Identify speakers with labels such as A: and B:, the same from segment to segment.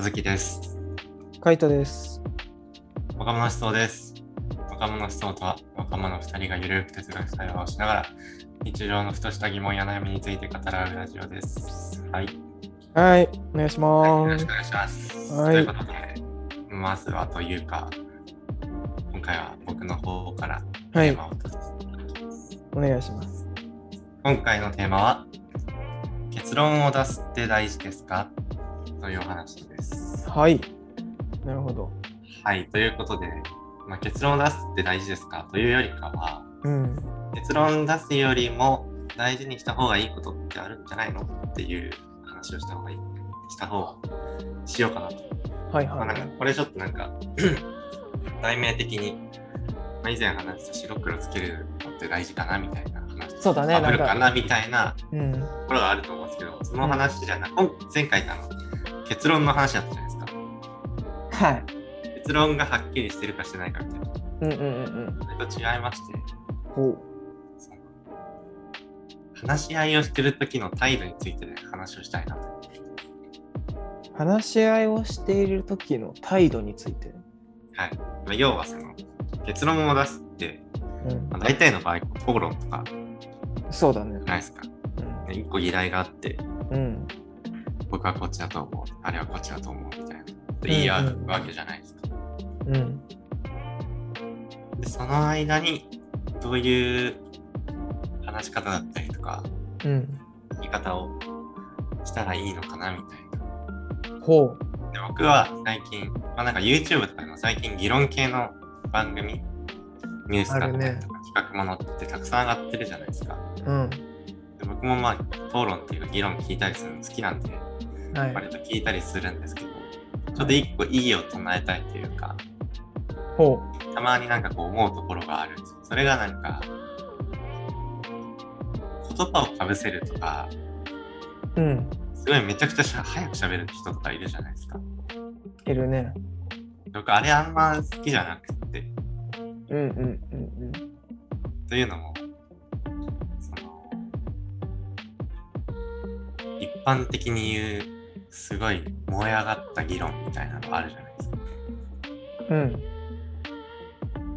A: ずきです。
B: カイトです。
A: 若者思想です。若者思想とは若者2人がゆるく哲学対話をしながら日常のふとした疑問や悩みについて語らうラジオです。はい。
B: はい、お願いし
A: よ
B: ま
A: ろし
B: す
A: くお。願いします。
B: はい
A: ということで、まずはというか、今回は僕の方から
B: は
A: テー
B: い、
A: マを出す、
B: お願いします。
A: 今回のテーマは結論を出すって大事ですかというお話です。
B: はい、なるほど。
A: はい。ということで、まあ、結論を出すって大事ですかというよりかは、
B: うん、
A: 結論出すよりも大事にした方がいいことってあるんじゃないのっていう話をした方がいいした方がしようかなと、
B: はい
A: まあ、なんか
B: は
A: これちょっとなんか 題名的に、まあ、以前話した白黒つけるのって大事かなみたいな話
B: そうだ
A: か
B: ね
A: ぶる
B: なんか
A: かなみたいなと
B: い。うん、
A: ころがあると思うんですけどその話じゃなく、今前回のあの結論の話だったじゃないですか
B: はい。
A: 結論がはっきりしてるかしてないかみたいな
B: うんうんうんうん。
A: それと違いまして
B: ほう。
A: その話し合いをしてる時の態度について話をしたいなと。
B: 話し合いをしている時の態度について。
A: はいまあ、要はその結論を出すって、
B: うん
A: ま、あ、大体の場合こう討論とか
B: そうだね。
A: ないですか。で一個議題があって
B: うん、
A: 僕はこっちだと思うあれはこっちだと思うみたいな。で言い合うわけじゃないですか。
B: うん、うん。
A: でその間にどういう話し方だったりとか
B: うん、
A: 言い方をしたらいいのかなみたいな。
B: ほう。
A: で僕は最近、まあ、なんか YouTube とかでも最近議論系の番組ニュースだったりとか、
B: あるね
A: 企画ものってたくさん上がってるじゃないですか
B: うん。
A: で僕もまあ討論っていうか議論聞いたりするの好きなんで
B: はい。
A: 割と聞いたりするんですけどちょっと一個意義を唱えたいというか
B: ほ
A: たまになんかこう思うところがあるんですよそれがなんか言葉をかぶせるとか
B: う。うん。
A: すごいめちゃくちゃしゃ早く喋る人とかいるじゃないですか
B: いるね。
A: 僕あれあんま好きじゃなくて
B: うんうんうん
A: というのも、その、一般的に言う、すごい燃え上がった議論みたいなのあるじゃないですか。
B: うん。う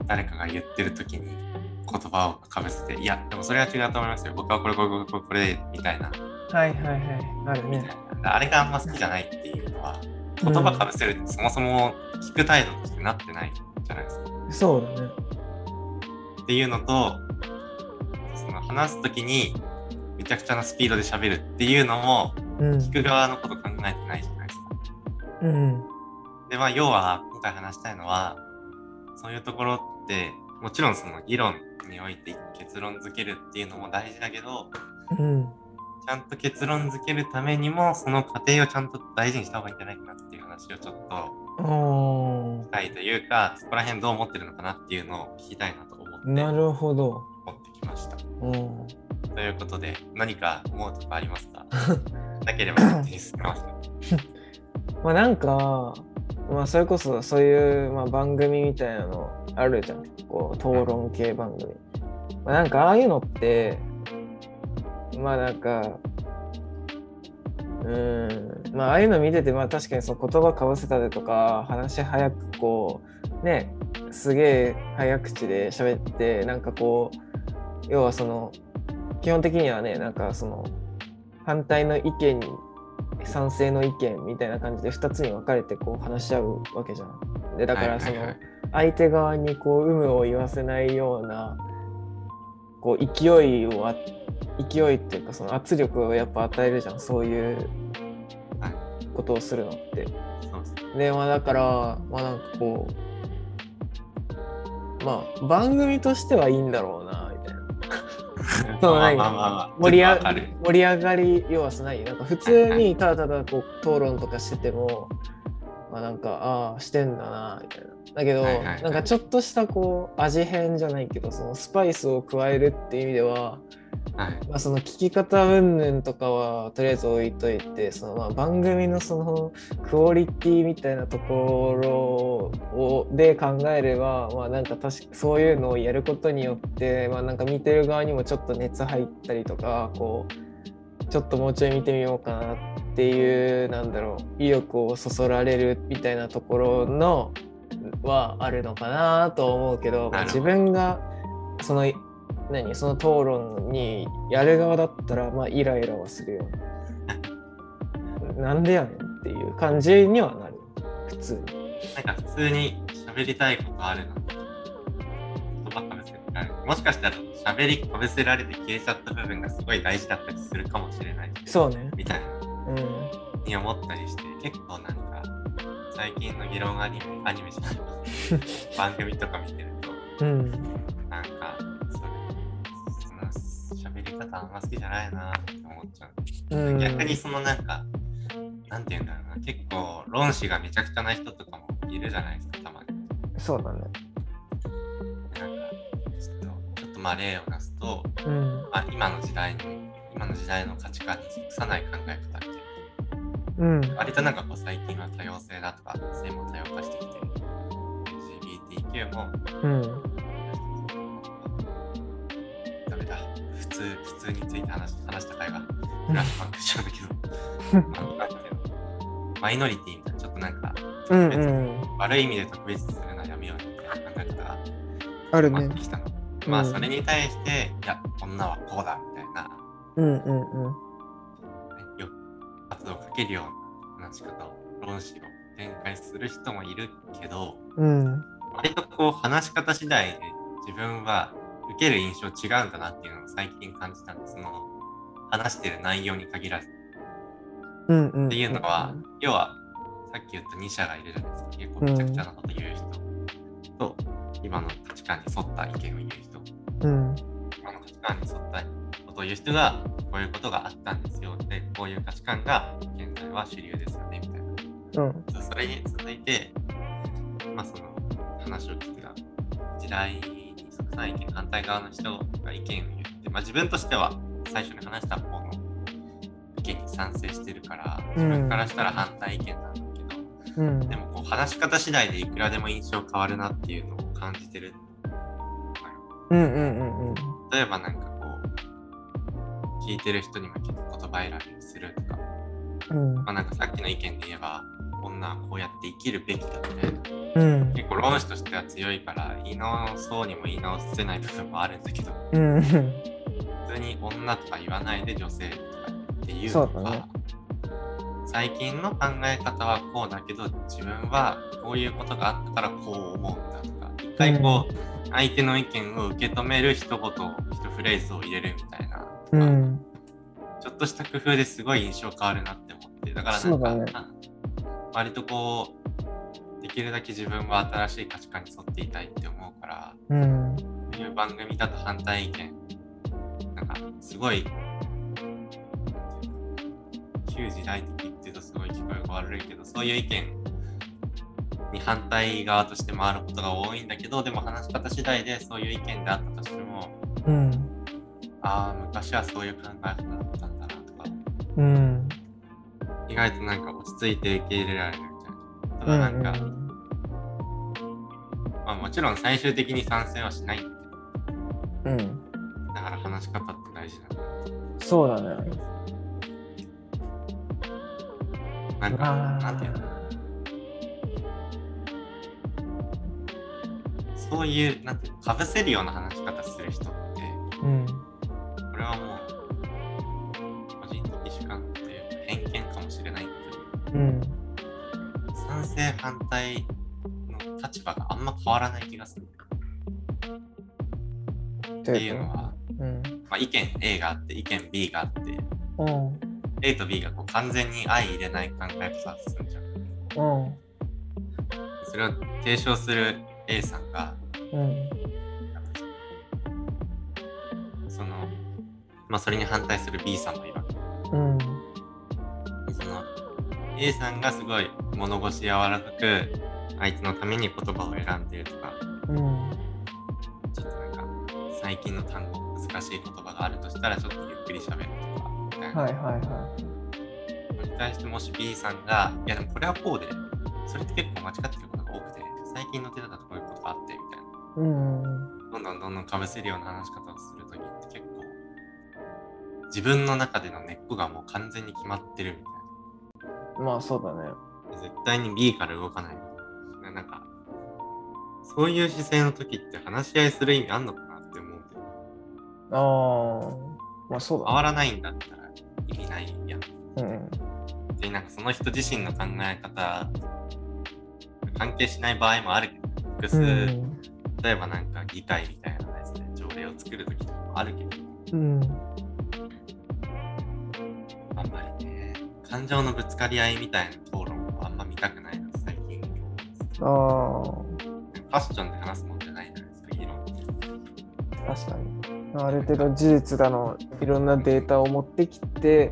B: ん。
A: 誰かが言ってる時に言葉をかぶせて、いや、でもそれは違うと思いますよ。僕はこれ、これ、これ、これ、これみたいな、
B: はいはいはい。ある
A: み
B: ね
A: た。いな。あれがあんま好きじゃないっていうのは、言葉かぶせるってそもそも聞く態度としてなってないじゃないですか。
B: そうだね。
A: っていうのと、その話す時に、めちゃくちゃなスピードで喋るっていうのも、聞く側のこと考えてないじゃないですか。
B: うん。うん。
A: で、まあ、要は、今回話したいのは、そういうところって、もちろんその議論において結論づけるっていうのも大事だけど、
B: うん。
A: ちゃんと結論づけるためにも、その過程をちゃんと大事にした方がいいんじゃないかなっていう話をちょっと
B: お
A: したいというか、そこら辺どう思ってるのかなっていうのを聞きたいなと思って
B: ーなるほど。
A: 持ってきました。
B: うん、
A: ということで、何か思うとこあります かなければ勝手に進めます。
B: まあなんか、まあ、それこそそういう、まあ、番組みたいなのあるじゃんこう討論系番組。まあ、なんかああいうのってまあなんかうーんまあああいうの見てて、まあ、確かにその言葉かぶせたりとか話早くこうねすげえ早口で喋ってなんかこう要はその基本的にはねなんかその反対の意見に賛成の意見みたいな感じで2つに分かれてこう話し合うわけじゃん。でだからその、
A: はいはいはい
B: 相手側にこう有無を言わせないようなこう勢いをあ勢いっていうかその圧力をやっぱ与えるじゃんそういう
A: はい
B: ことをするのって。
A: そうそう
B: でまあだからまあなんかこうまあ番組としてはいいんだろうなみたいな。 そう
A: ま
B: な
A: あ
B: ん
A: ま
B: か
A: あまあまあ、
B: 盛り
A: ちょっ
B: 上
A: とわかる
B: 盛り上がり要はしないなんか普通にただただこう討論とかしてても、まあ、なんかああしてんだなみたいなだけど、
A: はいはいはい
B: なんかちょっとしたこう味変じゃないけどそのスパイスを加えるっていう意味では、
A: はい
B: まあ、その聞き方云々とかはとりあえず置いといてそのまあ番組のそのクオリティみたいなところをで考えれば、まあ、なんか確かそういうのをやることによって、まあ、なんか見てる側にもちょっと熱入ったりとかこうちょっともうちょい見てみようかなっていうなんだろう意欲をそそられるみたいなところのはあるのかなと思うけど、まあ
A: なるほ
B: 自
A: ど
B: 分がその何その討論にやる側だったらまあイライラはするよ。なんでやねんっていう感じにはなる普通に。
A: なんか普通に喋りたいことあるのに言葉かぶせられるもしかしたら喋りかぶせられて消えちゃった部分がすごい大事だったりするかもしれない
B: そうね。
A: みたいな
B: うん。
A: に思ったりして結構なんか最近の議論アニメアニメじゃない番組とか見てると
B: うん。
A: なんかそれその喋り方あんま好きじゃないなって思っちゃう
B: うん、
A: 逆にそのなんか、なんていうんだろうな、結構論士がめちゃくちゃな人とかもいるじゃないですか、たまに。
B: そうだね。
A: なんか、ちょっと、ちょっとまあ例を出すと、
B: うん。
A: まあ、今の時代に、今の時代の価値観に即さない考え方って、
B: うん。
A: 割となんかこう最近は多様性だとか、性も多様化してきて、LGBTQ も、
B: うん。
A: ダメだ、普通、普通について話し話した回が、フラッシュバックしちゃうんだけど、まあなんていうのマイノリティみたいな、ちょっとなんか、
B: うんうん。
A: 悪い意味で特別視するのはやめようみたいな考え方が
B: ある
A: 回
B: ね
A: っ。てきたの。まあ
B: うん
A: それに対して、いや、女はこうだみたいな、
B: うんうんうん。
A: よ圧をかけるような話し方を、論旨を展開する人もいるけど、
B: うん。
A: 割とこう話し方次第で自分は受ける印象違うんだなっていうのを最近感じたんです。その話してる内容に限らず。
B: うんうん。
A: っていうのは、要はさっき言った2社がいるじゃないですか結構めちゃくちゃなこと言う人と、今の価値観に沿った意見を言う人
B: うん。
A: 今の価値観に沿ったことを言う人がこういうことがあったんですよでこういう価値観が現在は主流ですよねみたい
B: うん。
A: なそれに続いてまあその話を聞くが時代に即さない意見反対側の人が意見を言って、まあ、自分としては最初に話した方の意見に賛成してるから自分からしたら反対意見なんだけど、
B: うん。
A: でもこう話し方次第でいくらでも印象変わるなっていうのを感じてる。
B: うんうんうんうん。
A: 例えばなんかこう、聞いてる人に向けて言葉選びをするとか、
B: うん
A: まあ、なんかさっきの意見で言えば、女はこうやって生きるべきだみたいな。
B: うん
A: 結構論士としては強いから、言い直そうにも言い直せない部分もあるんだけど、
B: うん
A: 普通に女とか言わないで女性とかっていう
B: そ
A: の
B: うだ
A: が、
B: ね
A: 最近の考え方はこうだけど自分はこういうことがあったからこう思うんだとか一回こう相手の意見を受け止める一言一フレーズを入れるみたいなとか、
B: うん
A: ちょっとした工夫ですごい印象変わるなって思ってだからな
B: そうん
A: か
B: だ、ね
A: あ割とこうできるだけ自分は新しい価値観に沿っていたいって思うから。
B: うん
A: こういう番組だと反対意見、なんかすごい、旧時代的っていうとすごい聞こえが悪いけど、そういう意見に反対側として回ることが多いんだけど、でも話し方次第でそういう意見であったとしても、
B: うん
A: ああ、昔はそういう考え方だったんだなとか、
B: うん
A: 意外となんか落ち着いて受け入れられるみたいな。ただなんか、まあもちろん最終的に賛成はしないんだけ
B: うんうん
A: ど、だから話し方って大事なんだな
B: そうだね
A: なんか、
B: ま
A: なんていうの
B: あ
A: そういう、なんていうの、かぶせるような話し方する人って、
B: うん
A: これはもう、個人的主観っていうか偏見かもしれないけ
B: うん
A: ど、賛成反対の立場があんま変わらない気がする。っていうのは、
B: うん
A: まあ、意見 A があって、意見 B があって、
B: うん
A: A と B がこう完全に相入れない考え方するじゃん。
B: うん
A: それを提唱する A さんが、
B: うん
A: その、まあ、それに反対する B さんもいるわけ
B: うん
A: その A さんがすごい物腰柔らかく相手のために言葉を選んでるとか
B: うん
A: ちょっとなんか最近の単語難しい言葉があるとしたらちょっとゆっくり喋るとかみたいな、
B: はいはいは
A: それに対してもし B さんがいやでもこれはこうでそれって結構間違ってることが多くて最近の手だとこういうことがあってみたいない
B: うん
A: どんどんどんどんかぶせるような話し方をするときって結構自分の中での根っこがもう完全に決まってるみたいな。
B: まあそうだね。
A: 絶対に B から動かない。ななんか、そういう姿勢の時って話し合いする意味あんのかなって思うけど、
B: ああ、まあそう
A: 変わ
B: だ
A: らないんだったら意味ないやん。
B: ね。うんうん。
A: で、なんかその人自身の考え方、関係しない場合もあるけど、複数、
B: うん
A: 例えばなんか議会みたいなやつで条例を作る時とかもあるけど、
B: うん。
A: あんまりね、感情のぶつかり合いみたいな討論をあんま見たくないな、最近。
B: ああ、
A: ファッションで話すもんじゃないじゃないですか、議論って。
B: 確かに。ある程度事実だの、いろんなデータを持ってきて、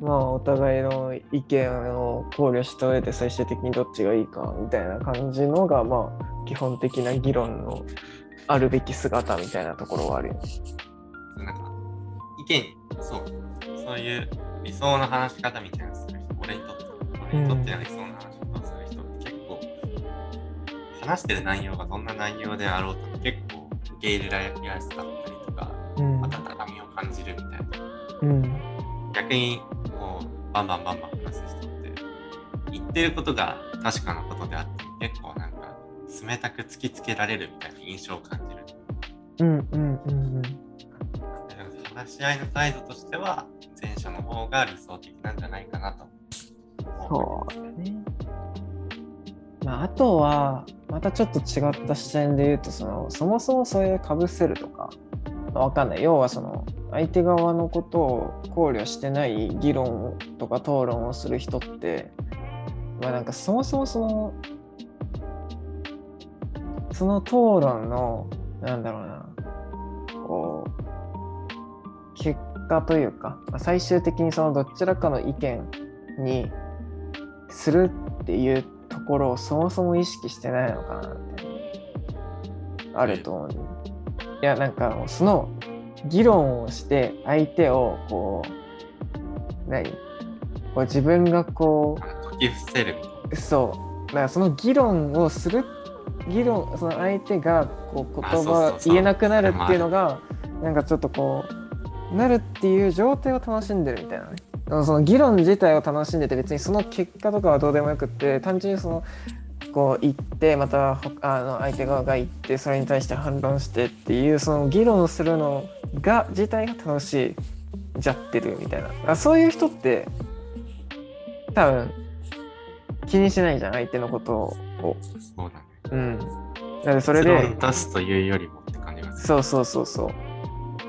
B: まあお互いの意見を考慮した上で最終的にどっちがいいかみたいな感じのが、まあ基本的な議論のあるべき姿みたいなところはあるよね。
A: なんか、意見、そう、そういう理想の話し方みたいなのする人、俺にとって、俺にとっての理想の話し方をする人って結構、話してる内容がどんな内容であろうとも結構受け入れられやすかったりとか、
B: うん
A: 温かみを感じるみたいな。
B: うん。
A: 逆に、こう、バンバンバンバン話す人って、言ってることが確かなことであって、結構なんか、冷たく突きつけられるみたいな印象を感じる。
B: うんうんうん
A: 話し合いの態度としては前者の方が理想的なんじゃないかなと。
B: そうだね。まあ、あとはまたちょっと違った視点で言うとそのそもそもそういうかぶせるとかわかんない要はその相手側のことを考慮してない議論とか討論をする人ってまあなんかそもそもそのその討論のなんだろうなこう結果というか、まあ、最終的にそのどちらかの意見にするっていうところをそもそも意識してないのかなってあると思うんでいやなんかもうその議論をして相手をこう何こう自分がこう
A: 解き伏せるみたい
B: そうだからその議論をする議論その相手がこう言
A: あそう
B: 葉
A: そうそう
B: 言えなくなるっていうのがなんかちょっとこうなるっていう状態を楽しんでるみたいなねでもその議論自体を楽しんでて別にその結果とかはどうでもよくって単純にそのこう言ってまたほあの相手側が言ってそれに対して反論してっていうその議論をするのが自体が楽しいじゃってるみたいなあそういう人って多分気にしないじゃん相手のことを。
A: な。そうだね。
B: うん、だからそれ
A: 結
B: で
A: 論出すというよりもって感じがする。
B: そうそうそうそ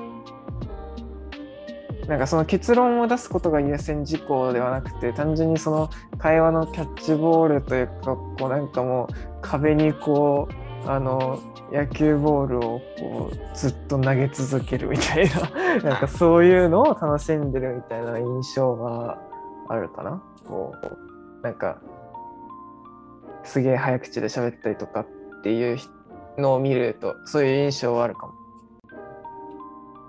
B: う。なんかその結論を出すことが優先事項ではなくて単純にその会話のキャッチボールというかこうなんかもう壁にこうあの野球ボールをこうずっと投げ続けるみたいな なんかそういうのを楽しんでるみたいな印象があるかなこうなんかすげえ早口で喋ったりとかっていうのを見るとそういう印象はあるかも。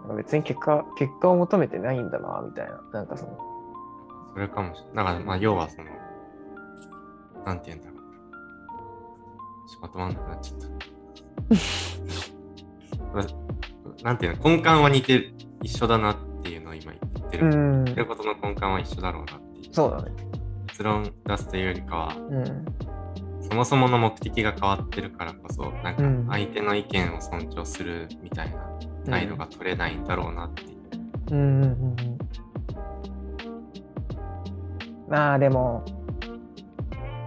B: なんか別に結果結果を求めてないんだなみたいななんかその
A: それかもしれない。だからまあ要はその、なんて言うんだろう。仕事まんなくなっちゃった。 ななんていうの、根幹は似てる、一緒だなっていうのを今言って
B: う
A: る。
B: ん
A: 言ってることの根幹は一緒だろうなっていう。
B: そうだね
A: 結論出すというよりかは、
B: うん
A: そもそもの目的が変わってるからこそ、なん
B: うん
A: か相手の意見を尊重するみたいな態度が取れないんだろうなっていう。
B: うんうんうんうんまあでも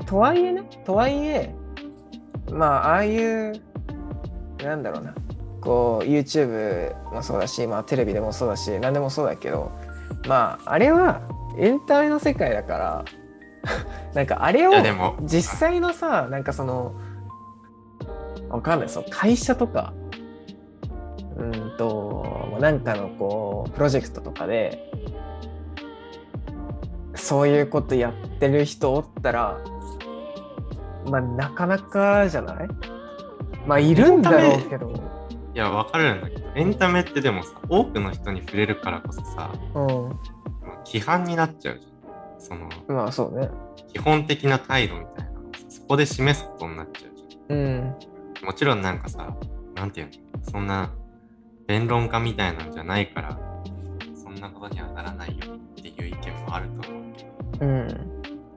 B: とはいえねとはいえまあああいうなんだろうなこう YouTube もそうだし、まあ、テレビでもそうだし何でもそうだけどまああれはエンタメの世界だから なんかあれを
A: いやでも、
B: 実際のさなんかそのわかんないその会社とかうんとまあなんかのこうプロジェクトとかでそういうことやってる人おったらまあなかなかじゃないまあいるんだろうけど、
A: いや、わかるんだけど、エンタメってでもさ、多くの人に触れるからこそさ、
B: う
A: 規範になっちゃうじゃん。その、
B: ん、まあそうね
A: 基本的な態度みたいなのをさそこで示すことになっちゃうじ
B: うん
A: ゃん。もちろんなんかさ、なんていうの、そんな弁論家みたいなんじゃないから、そんんなことにはならないよっていう意見もあると思うけど
B: うん。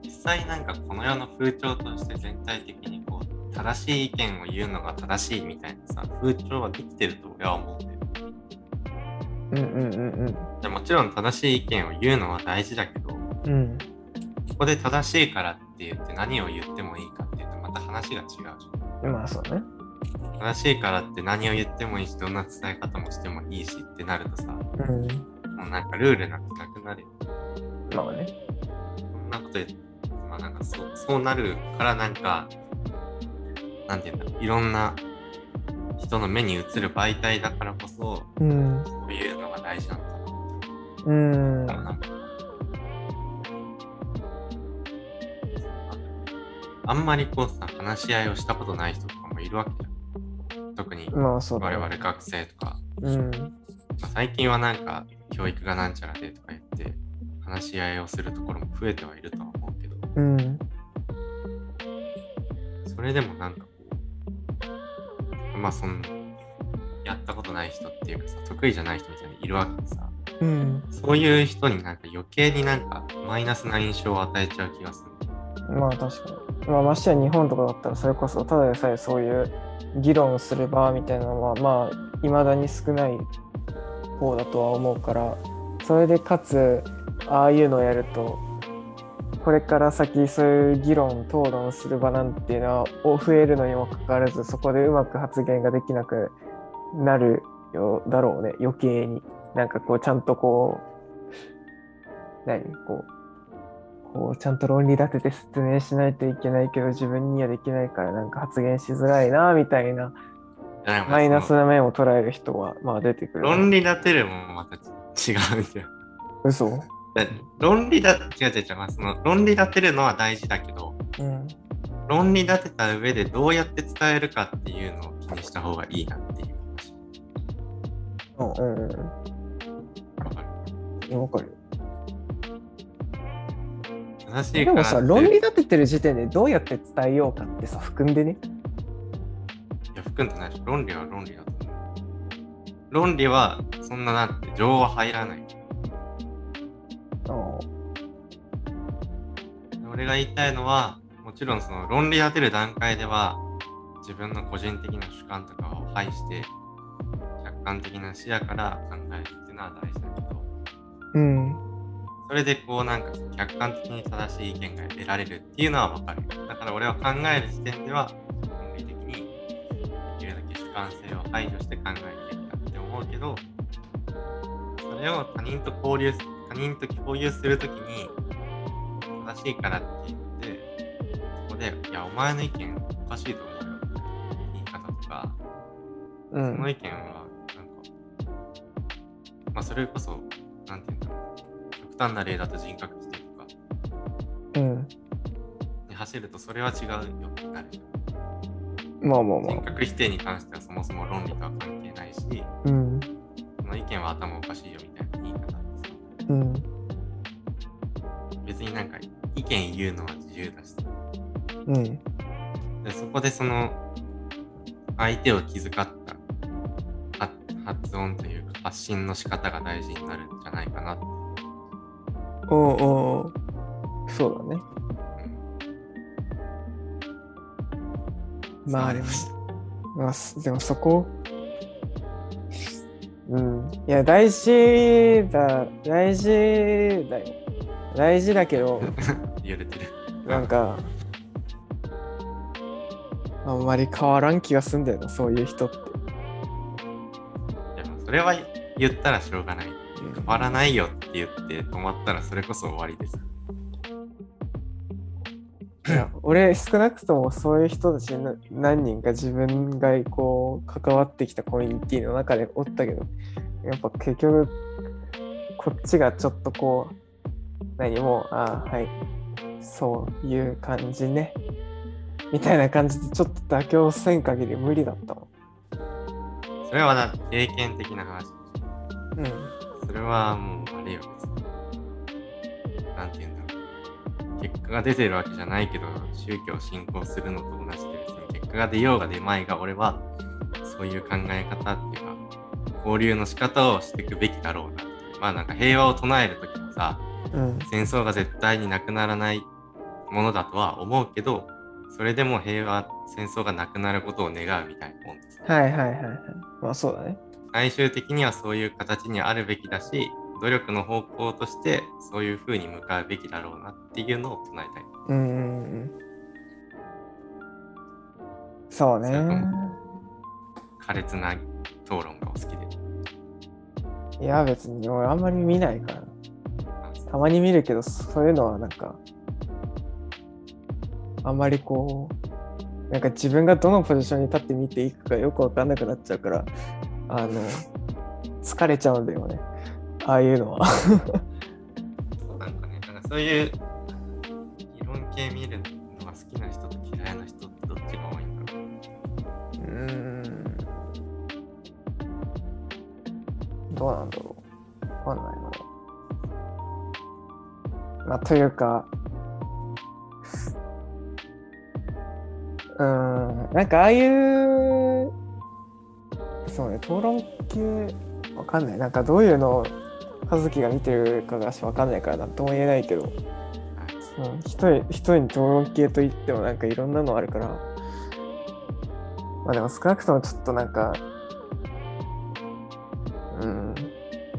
A: 実際なんかこの世の風潮として全体的にこう正しい意見を言うのが正しいみたいなさ風潮はできてると俺は思うんだよ
B: うんうんうん
A: でもちろん正しい意見を言うのは大事だけどこ
B: うん。うん。
A: こで正しいからって言って何を言ってもいいかっていうとまた話が違うじゃん
B: まあそうね。
A: 正しいからって何を言ってもいいしどんな伝え方もしてもいいしってなるとさも
B: うん。
A: うなんかルールなんてなくなるよ
B: まあね。
A: そんなことで、まあなんかそう、そうなるからなんか、なんていうんだろう、いろんな人の目に映る媒体だからこそ、
B: うん。
A: こういうのが大事なんだろ
B: うん
A: う。な。あんまりこうさ、話し合いをしたことない人とかもいるわけじゃん。特に
B: まあそうだ
A: 我々
B: ね。
A: 学生とか、
B: うん。
A: まあ最近はなんか教育がなんちゃらでとか言って、話し合いをするところも増えてはいるとは思うけど、
B: うん。
A: それでもなんかこう、まあその、やったことない人っていうかさ、得意じゃない人みたいにいるわけでさ、
B: うん。
A: そういう人になんか余計になんかマイナスな印象を与えちゃう気がする。
B: まあ確かに。まあましてや日本とかだったらそれこそただでさえそういう議論する場みたいなのはまあ未だに少ない方だとは思うからそれでかつああいうのをやるとこれから先そういう議論討論する場なんていうのはお増えるのにもかかわらずそこでうまく発言ができなくなるよだろうね余計になんかこうちゃんとこう何こうこうちゃんと論理立てて説明しないといけないけど自分にはできないからなんか発言しづらいなみたいな
A: じゃない
B: マイナス
A: その
B: な面を捉える人はまあ出てくる。
A: 論理立てるもんまた違うじゃん。
B: 嘘
A: だ論理だ、違う違う違う、まあ、その論理立てるのは大事だけど、
B: うん。
A: 論理立てた上でどうやって伝えるかっていうのを気にした方がいいなっていう話。
B: うんうん
A: わかる
B: うん。わかる。
A: 正しい
B: で
A: から
B: も
A: って
B: さ、論理立ててる時点でどうやって伝えようかってさ、含んでね。
A: いや、含んでないし、論理は論理だと思う。論理は、そんななんて、情は入らない。
B: う
A: 俺が言いたいのは、もちろんその論理立てる段階では、自分の個人的な主観とかを排して、客観的な視野から考えるっていうのは大事だけど、
B: ん。
A: それでこうなんか客観的に正しい意見が得られるっていうのはわかるよ。だから俺は考える時点では、論理的に、できるだけ主観性を排除して考えていくんだって思うけど、それを他人と交流す、他人と共有するときに、正しいからって言って、そこで、いや、お前の意見おかしいと思うよ。言い方とか、
B: う
A: その
B: ん。
A: 意見は、なんか、まあ、それこそ、なんていうんだろう、極端な例だと人格否定とか
B: うん。
A: に走ると、それは違うよってなる。
B: まあまあま
A: 人
B: あ。
A: 格否定に関しては、そもそも論理とは関係ないし、
B: うん。
A: その意見は頭おかしいよみたいな言い方ってさ、
B: うん。
A: 別になんか、意見言うのは自由だしさ、
B: うん。
A: でそこでその、相手を気遣った発発音というか、発信の仕方が大事になるんじゃないかなって。
B: おうおうおうそうだね。まあ
A: 伝わりした
B: まあ、すでもそこ、うん。いや、大事だ、大事だよ。大事だけど、
A: 揺れてる。
B: なんか、あんまり変わらん気がすんだよな、そういう人って。
A: でもそれは言ったらしょうがない。変わらないよって言って止まったらそれこそ終わりです。
B: いや俺少なくともそういう人たちな何人か自分がこう関わってきたコミュニティの中でおったけどやっぱ結局こっちがちょっとこう何もうああはいそういう感じねみたいな感じでちょっと妥協せん限り無理だったも
A: それはな経験的な話。
B: んうん
A: それはもうあれよ、別に。なんて言うんだろう。結果が出てるわけじゃないけど、宗教を信仰するのと同じで別に結果が出ようが出まいが、俺はそういう考え方っていうか、交流の仕方をしていくべきだろうなって。まあなんか平和を唱える時もさ
B: うん
A: 戦争が絶対になくならないものだとは思うけどそれでも平和戦争がなくなることを願うみたいなもんです、
B: はいはいはいはいまあそうだね
A: 最終的にはそういう形にあるべきだし努力の方向としてそういう風に向かうべきだろうなっていうのを唱えたい。
B: うんうんうんそうね
A: そうか苛烈な討論がお好きで。
B: いや別に俺あんまり見ないから
A: あ
B: たまに見るけどそういうのはなんかあんまりこうなんか自分がどのポジションに立って見ていくかよくわかんなくなっちゃうからあの疲れちゃうんだよねああいうのは
A: そうなんかね、なんかそういう理論系見るのが好きな人と嫌いな人ってどっちが多いんだろう。
B: うんどうなんだろうわかんないなまあというかうんなんかああいうそうね討論系わかんないなんかどういうのを和樹が見てるかがわかんないからなんとも言えないけど、うん、一人一人に討論系といってもなんかいろんなのあるからまあでも少なくともちょっとなんかうん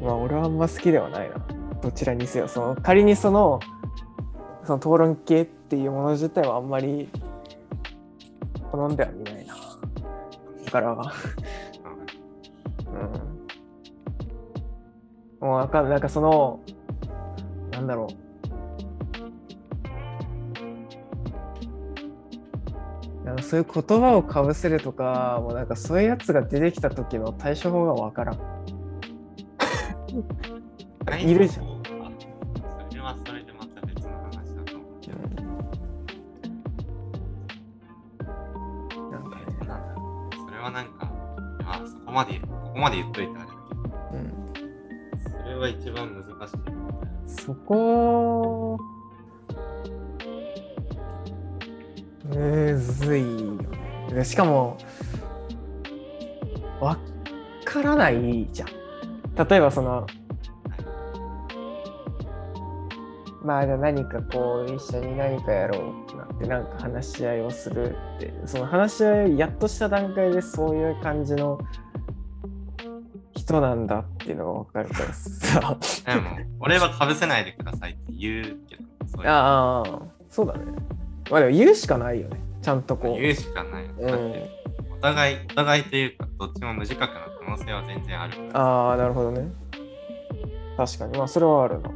B: まあ俺はあんま好きではないなどちらにせよその仮にそのその討論系っていうもの自体はあんまり好んではみないなだからうん。もうわかんない。なんかその、なんだろう。なんかそういう言葉をかぶせるとか、もうなんかそういうやつが出てきた時の対処法がわからん。
A: うん
B: いるじゃん
A: ん。それはそれでまた別の話だと思うけど。
B: なんかね
A: どうなんだろうそれはなんか、まあそこまで、ここまで言っといたあれだ
B: うん、
A: けど、それは一番難しい。
B: そこ、むずいよねで。しかも、わからないじゃん。例えばその、まあじゃあ何かこう一緒に何かやろうってなってなんか話し合いをするってその話し合いをやっとした段階でそういう感じの人なんだっていうのが分かるからさ
A: でも、俺はかぶせないでくださいって言うけど、そういう
B: ああそうだねまあでも言うしかないよねちゃんとこ
A: 言うしかない。だっ
B: う、うん
A: て、お互い、お互いというか、どっちも無自覚な可能性は全然あるから。
B: ああなるほどね確かにまあそれはあるな
A: ヒ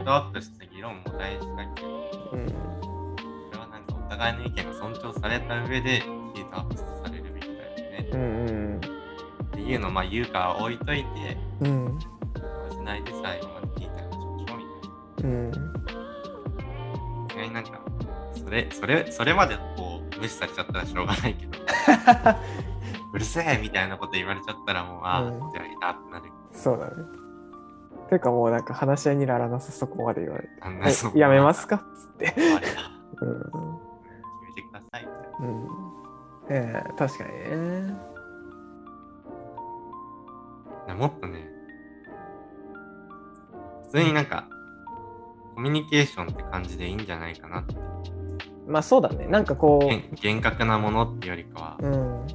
A: ートアップして議論も大事だけど、
B: うん
A: それはなんかお互いの意見が尊重された上でヒートアップされるべきだよね。
B: う
A: っ
B: ん
A: ていうのをまあ言うか置いといて、
B: うんうん
A: しないで最後まで聞いて話しましょうみ
B: うん
A: たいな。意外になんか、それ、それ、それまでこう無視されちゃったらしょうがない けど、うるせえみたいなこと言われちゃったらもう、ああ、
B: うん
A: じゃあいいなってなる。
B: そうだねてかもうなんか話し合いにならなさそこまで言われて
A: あんな
B: はい
A: そう
B: やめますかっつって。
A: あれだ
B: うん。
A: 決めてくださいみたいな。
B: うん、ええ確かにね。
A: いやもっとね、普通になんか、コミュニケーションって感じでいいんじゃないかなって。
B: まあそうだね。なんかこ
A: 厳厳格なものってよりかは
B: う、、うん。
A: お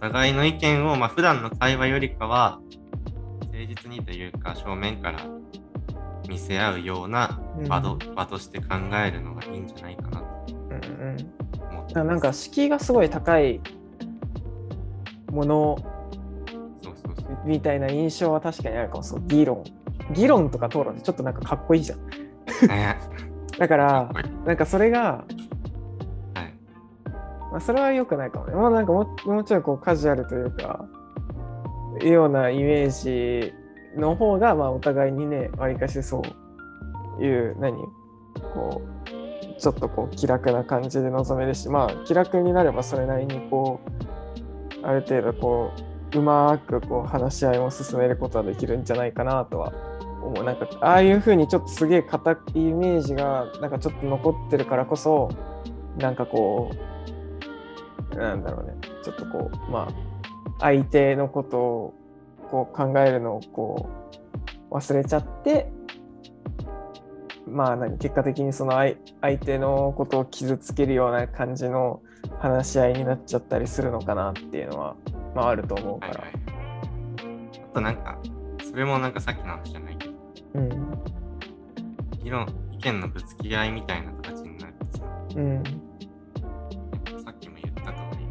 A: 互いの意見を、まあ普段の会話よりかは、誠実にというか、正面から見せ合うような
B: うん
A: 場と,、場として考えるのがいいんじゃないかなと
B: うんうん、だ
A: 思って
B: か
A: ま
B: ら
A: す。
B: なんか敷居がすごい高いもの
A: そうそうそう。
B: みたいな印象は確かにあるかもそう。議論。議論とか討論ってちょっとなんかかっこいいじゃん。
A: ね
B: だ
A: か
B: か
A: っ
B: ら
A: こ、いい
B: なんかそれが、
A: はい
B: まあ、それは良くないかもね。もうなんかもうもうちょいこうカジュアルというか、ようなイメージの方が、まあお互いにね、わりかしそういう、何こう、ちょっとこう気楽な感じで臨めるし、まあ気楽になればそれなりにこう、ある程度こう、うまくこう話し合いも進めることはできるんじゃないかなとは思う。なんかああいうふうにちょっとすげえ硬いイメージがなんかちょっと残ってるからこそ、なんかこう、なんだろうね、ちょっとこう、まあ、相手のことをこう考えるのをこう、忘れちゃってまあ何結果的にその相相手のことを傷つけるような感じの話し合いになっちゃったりするのかなっていうのは、まあ、あると思うか
A: はい
B: ら、
A: はい。あとなんか、それもなんかさっきの話じゃないけど、
B: うん
A: 議論、意見のぶつけ合いみたいな形になるとさ、
B: うん
A: さっきも言った通り、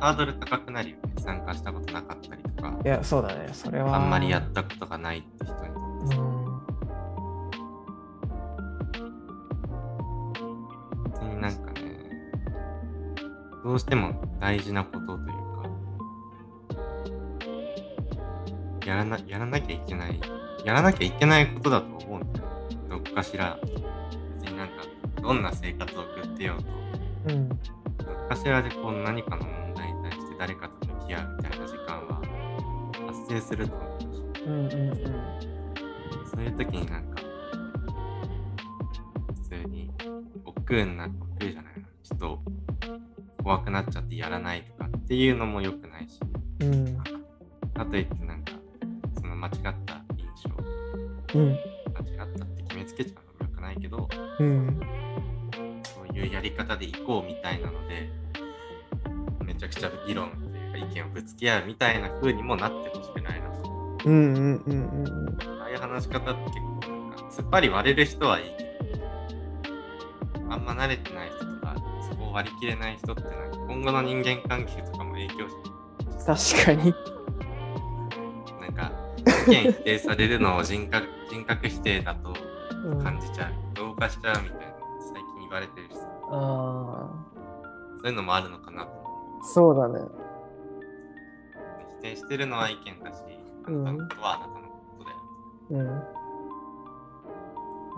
A: ハードル高くなり、参加したことなかったりとか、
B: いやそうだねそれは
A: あんまりやったことがないって人にとっ
B: う
A: てさ、
B: ん
A: 本当になんかね、どうしても大事なことというか、やらなやらなきゃいけない、やらなきゃいけないことだと思うんだよ。どっかしら、別になんか、どんな生活を送ってようと、
B: うん
A: どっかしらでこう何かの問題に対して誰かと向き合うみたいな時間は発生すると思うし、
B: うんうん
A: そういう時になんか、普通に、億劫になって、億劫じゃないな、ちょっと怖くなっちゃってやらないとかっていうのも良くないし、
B: うんうん
A: かといってなんか、その間違った印象、
B: うん
A: 間違ったって決めつけちゃうのも良くないけど、
B: うん
A: そういうやり方でいこうみたいなので、めちゃくちゃ議論というか意見をぶつけ合うみたいな風にもなってほしくないなと。
B: うんうんうんうん
A: ああいう話し方って結構なんか、突っ張り割れる人はいいけど、あんま慣れてない人とか、そこを割り切れない人ってなんか今後の人間関係とかも影響し
B: 確かに
A: なんか、意見否定されるのを人格人格否定だと
B: うん
A: 感じちゃう、同化しちゃうみたいな、最近言われてるしさ、
B: あ
A: そういうのもあるのかなと
B: あそうだね
A: 否定してるのは意見だし、あなたのことはあなたのことだよ。
B: うん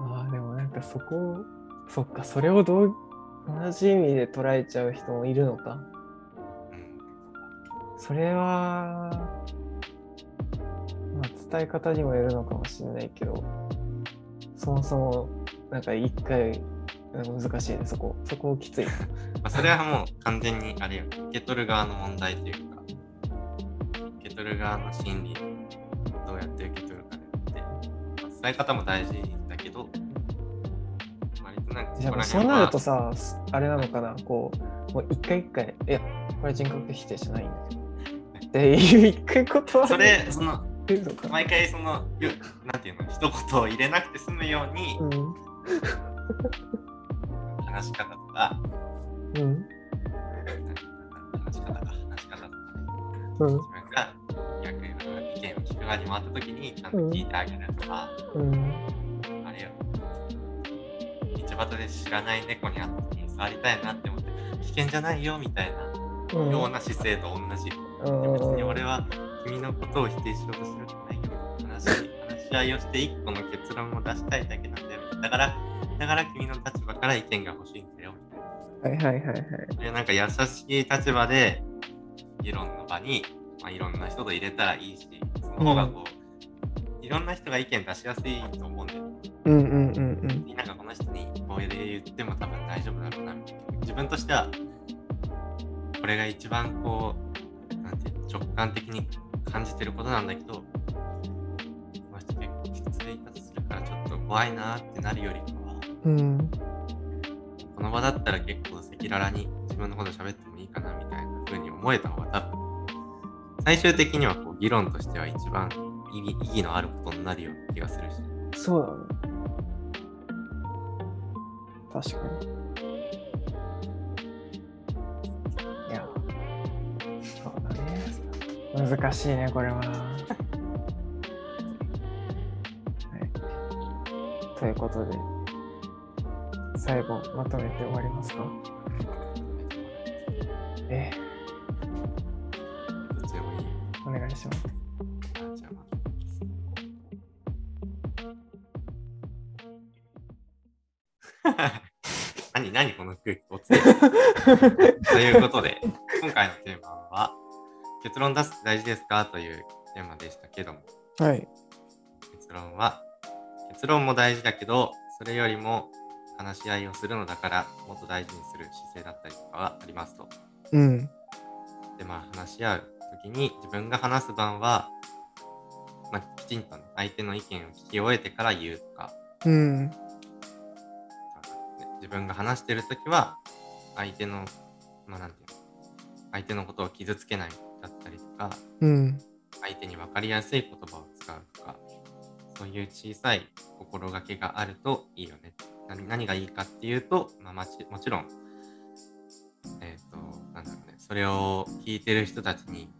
B: ああでもなんかそこをそっかそれをどう同じ意味で捉えちゃう人もいるのか
A: うん
B: それは、まあ、伝え方にもよるのかもしれないけどそもそもなんか一回難しいねそこそこきつい
A: まあ、それはもう完全にあれよ、受け取る側の問題というか、受け取る側の心理をどうやって受け取るかによって、まあ伝え方も大事だけど、割となんか
B: じゃあもう
A: ら
B: そう
A: 辺は
B: なるとさあれなのかなこうもう一回一回いやこれ人格否定じゃないんだけどっていう一回ことは
A: それ、その、
B: 出るのかな
A: 毎回その、よなんていうの、一言を入れなくて済むように
B: う、
A: 話し方とか、
B: んうん
A: 話し方とか、話し方とか、
B: う
A: 自
B: ん
A: 分が逆に意見を聞く側に回った時に、ちゃんと聞いてあげるとか、
B: うん
A: あれよ。道端で知らない猫に会った時に触りたいなって思って、危険じゃないよみたいな
B: うん
A: ような姿勢と同じ。
B: うん
A: 別に俺は君のことを否定しようとするんじゃないけど、話し話し合いをして一個の結論を出したいだけなんだよ。だから、だから君の立場から意見が欲しいんだよ。みたいな
B: はいはいはいはい。
A: そういうなんか優しい立場で議論の場に、まあ、いろんな人と入れたらいいし、その方がこう、いろんな人が意見出しやすいと思うんだよね。
B: うんうんうん
A: なんかこの人にこれで言っても多分大丈夫だろうなみたいな自分としてはこれが一番こうなんていうの直感的に感じてることなんだけどこの人結構きつい言い方するからちょっと怖いなってなるよりかは
B: うん。うん。
A: この場だったら結構赤裸々に自分のこと喋ってもいいかなみたいな風に思えた方が多分最終的にはこう議論としては一番意義意義のあることになるような気がするし。
B: そうだね。確かに。いや。そうだね。難しいね、これは。 はい。ということで、最後、まとめて終わりますかええ、
A: どっちでもいい
B: お願いします。
A: あじゃあまあ 何何この空気おつえということで今回のテーマは「結論出すって大事ですか?」というテーマでしたけども
B: はい。
A: 結論は結論も大事だけどそれよりも話し合いをするのだからもっと大事にする姿勢だったりとかはありますと。
B: うん。
A: でまあ話し合う時に自分が話す番は、まあ、きちんとね相手の意見を聞き終えてから言うとか、
B: うん。
A: 自分が話してるときは相手の、まあ、なんていうの相手のことを傷つけないだったりとか
B: うん。
A: 相手に分かりやすい言葉を使うとかそういう小さい心がけがあるといいよね何何がいいかっていうと、まあ、まちもちろんえっ、となんだろうねそれを聞いてる人たちに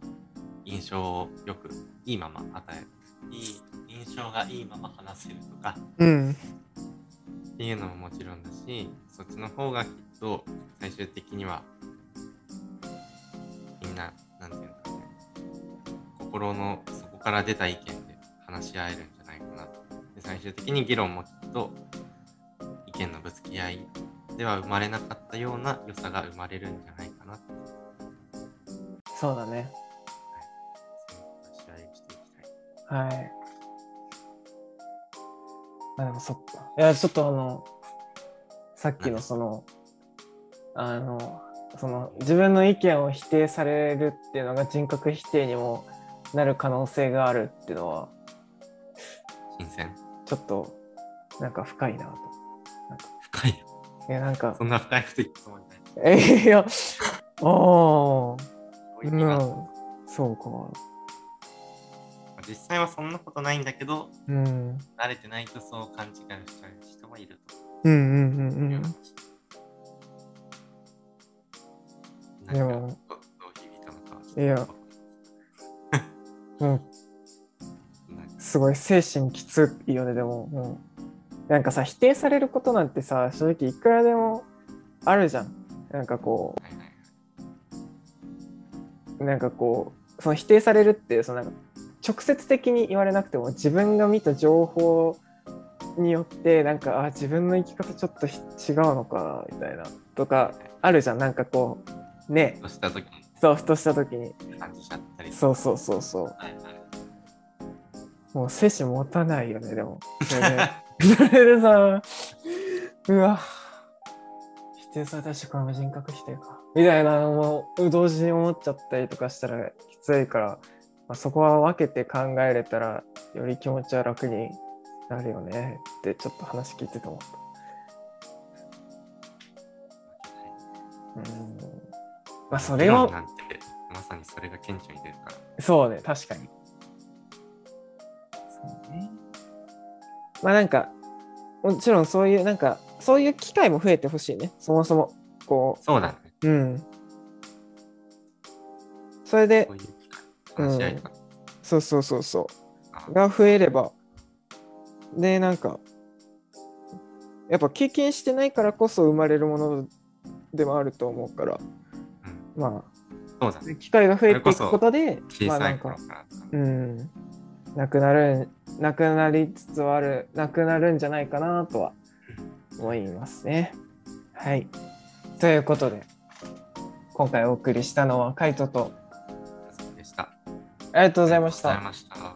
A: 印象をよくいいまま与えるいい印象がいいまま話せるとか
B: うん。
A: っていうのももちろんだしそっちの方がきっと最終的にはみんななんていうのかね心の底から出た意見で話し合えるんじゃないかなとで最終的に議論もきっと意見のぶつけ合いでは生まれなかったような良さが生まれるんじゃないかなと
B: そうだね。
A: 試合をしていきたい。
B: はい。あ、でもそっか。いや、ちょっとあの、さっきのその、あの、その自分の意見を否定されるっていうのが人格否定にもなる可能性があるっていうのは、
A: 新鮮
B: ちょっとなんか深いなと。
A: 深いよ
B: いや、なんか
A: そ、んな深いこと言ってもない。
B: えい や、ああ、
A: そう
B: う
A: いう意味があった
B: ん、そうか。
A: 実際はそんなことないんだけど
B: うん、うん
A: 慣れてないとそう勘違いしちゃう人もいると。
B: うんうんう。
A: いうん話。
B: で
A: なん
B: も
A: かどどう響いたのかはちょっと
B: いやうん、
A: なんか
B: すごい精神きついよねでも、うん、なんかさ否定されることなんてさ正直いくらでもあるじゃんなんかこ
A: はいはいはいう
B: なんかこうその否定されるってそのなんか直接的に言われなくても自分が見た情報によってなんかあ自分の生き方ちょっとひ違うのかなみたいなとかあるじゃんなんかこうね
A: そうした時に
B: そうふとした時に
A: 感じちゃったりう。
B: そうそうそうそう
A: はいはい
B: もう精神持たないよねで もそれでそれでさ、うわ、否定されたし、これも人格否定か。みたいなのも、同時に思っちゃったりとかしたらきついから、まあ、そこは分けて考えれたら、より気持ちは楽になるよねって、ちょっと話聞いてて思った。うん。まあ、それ
A: 議論
B: を、
A: なんてまさにそれが顕著に出るから。
B: そうね、確かに。そうね。まあなんか、もちろんそういう、なんか、そういう機会も増えてほしいね、そもそも。こう、
A: そうだね。
B: うん。それで
A: こ、ういう機会話し合いとか。
B: そうそうそうそ
A: あ
B: う、が増えれば、で、なんか、やっぱ経験してないからこそ生まれるものでもあると思うから、
A: うん
B: ま
A: そうだ
B: あ、
A: ね。
B: 機会が増えていくことで、ま
A: 小
B: あ
A: さ
B: ないんか
A: 頃、からとかね。
B: うん、なくなる、なくなりつつある、なくなるんじゃないかなとは思いますね。はい。ということで、今回お送りしたのは、カイトと、
A: そうでした。あり
B: ありがとうございました。
A: がとうございました。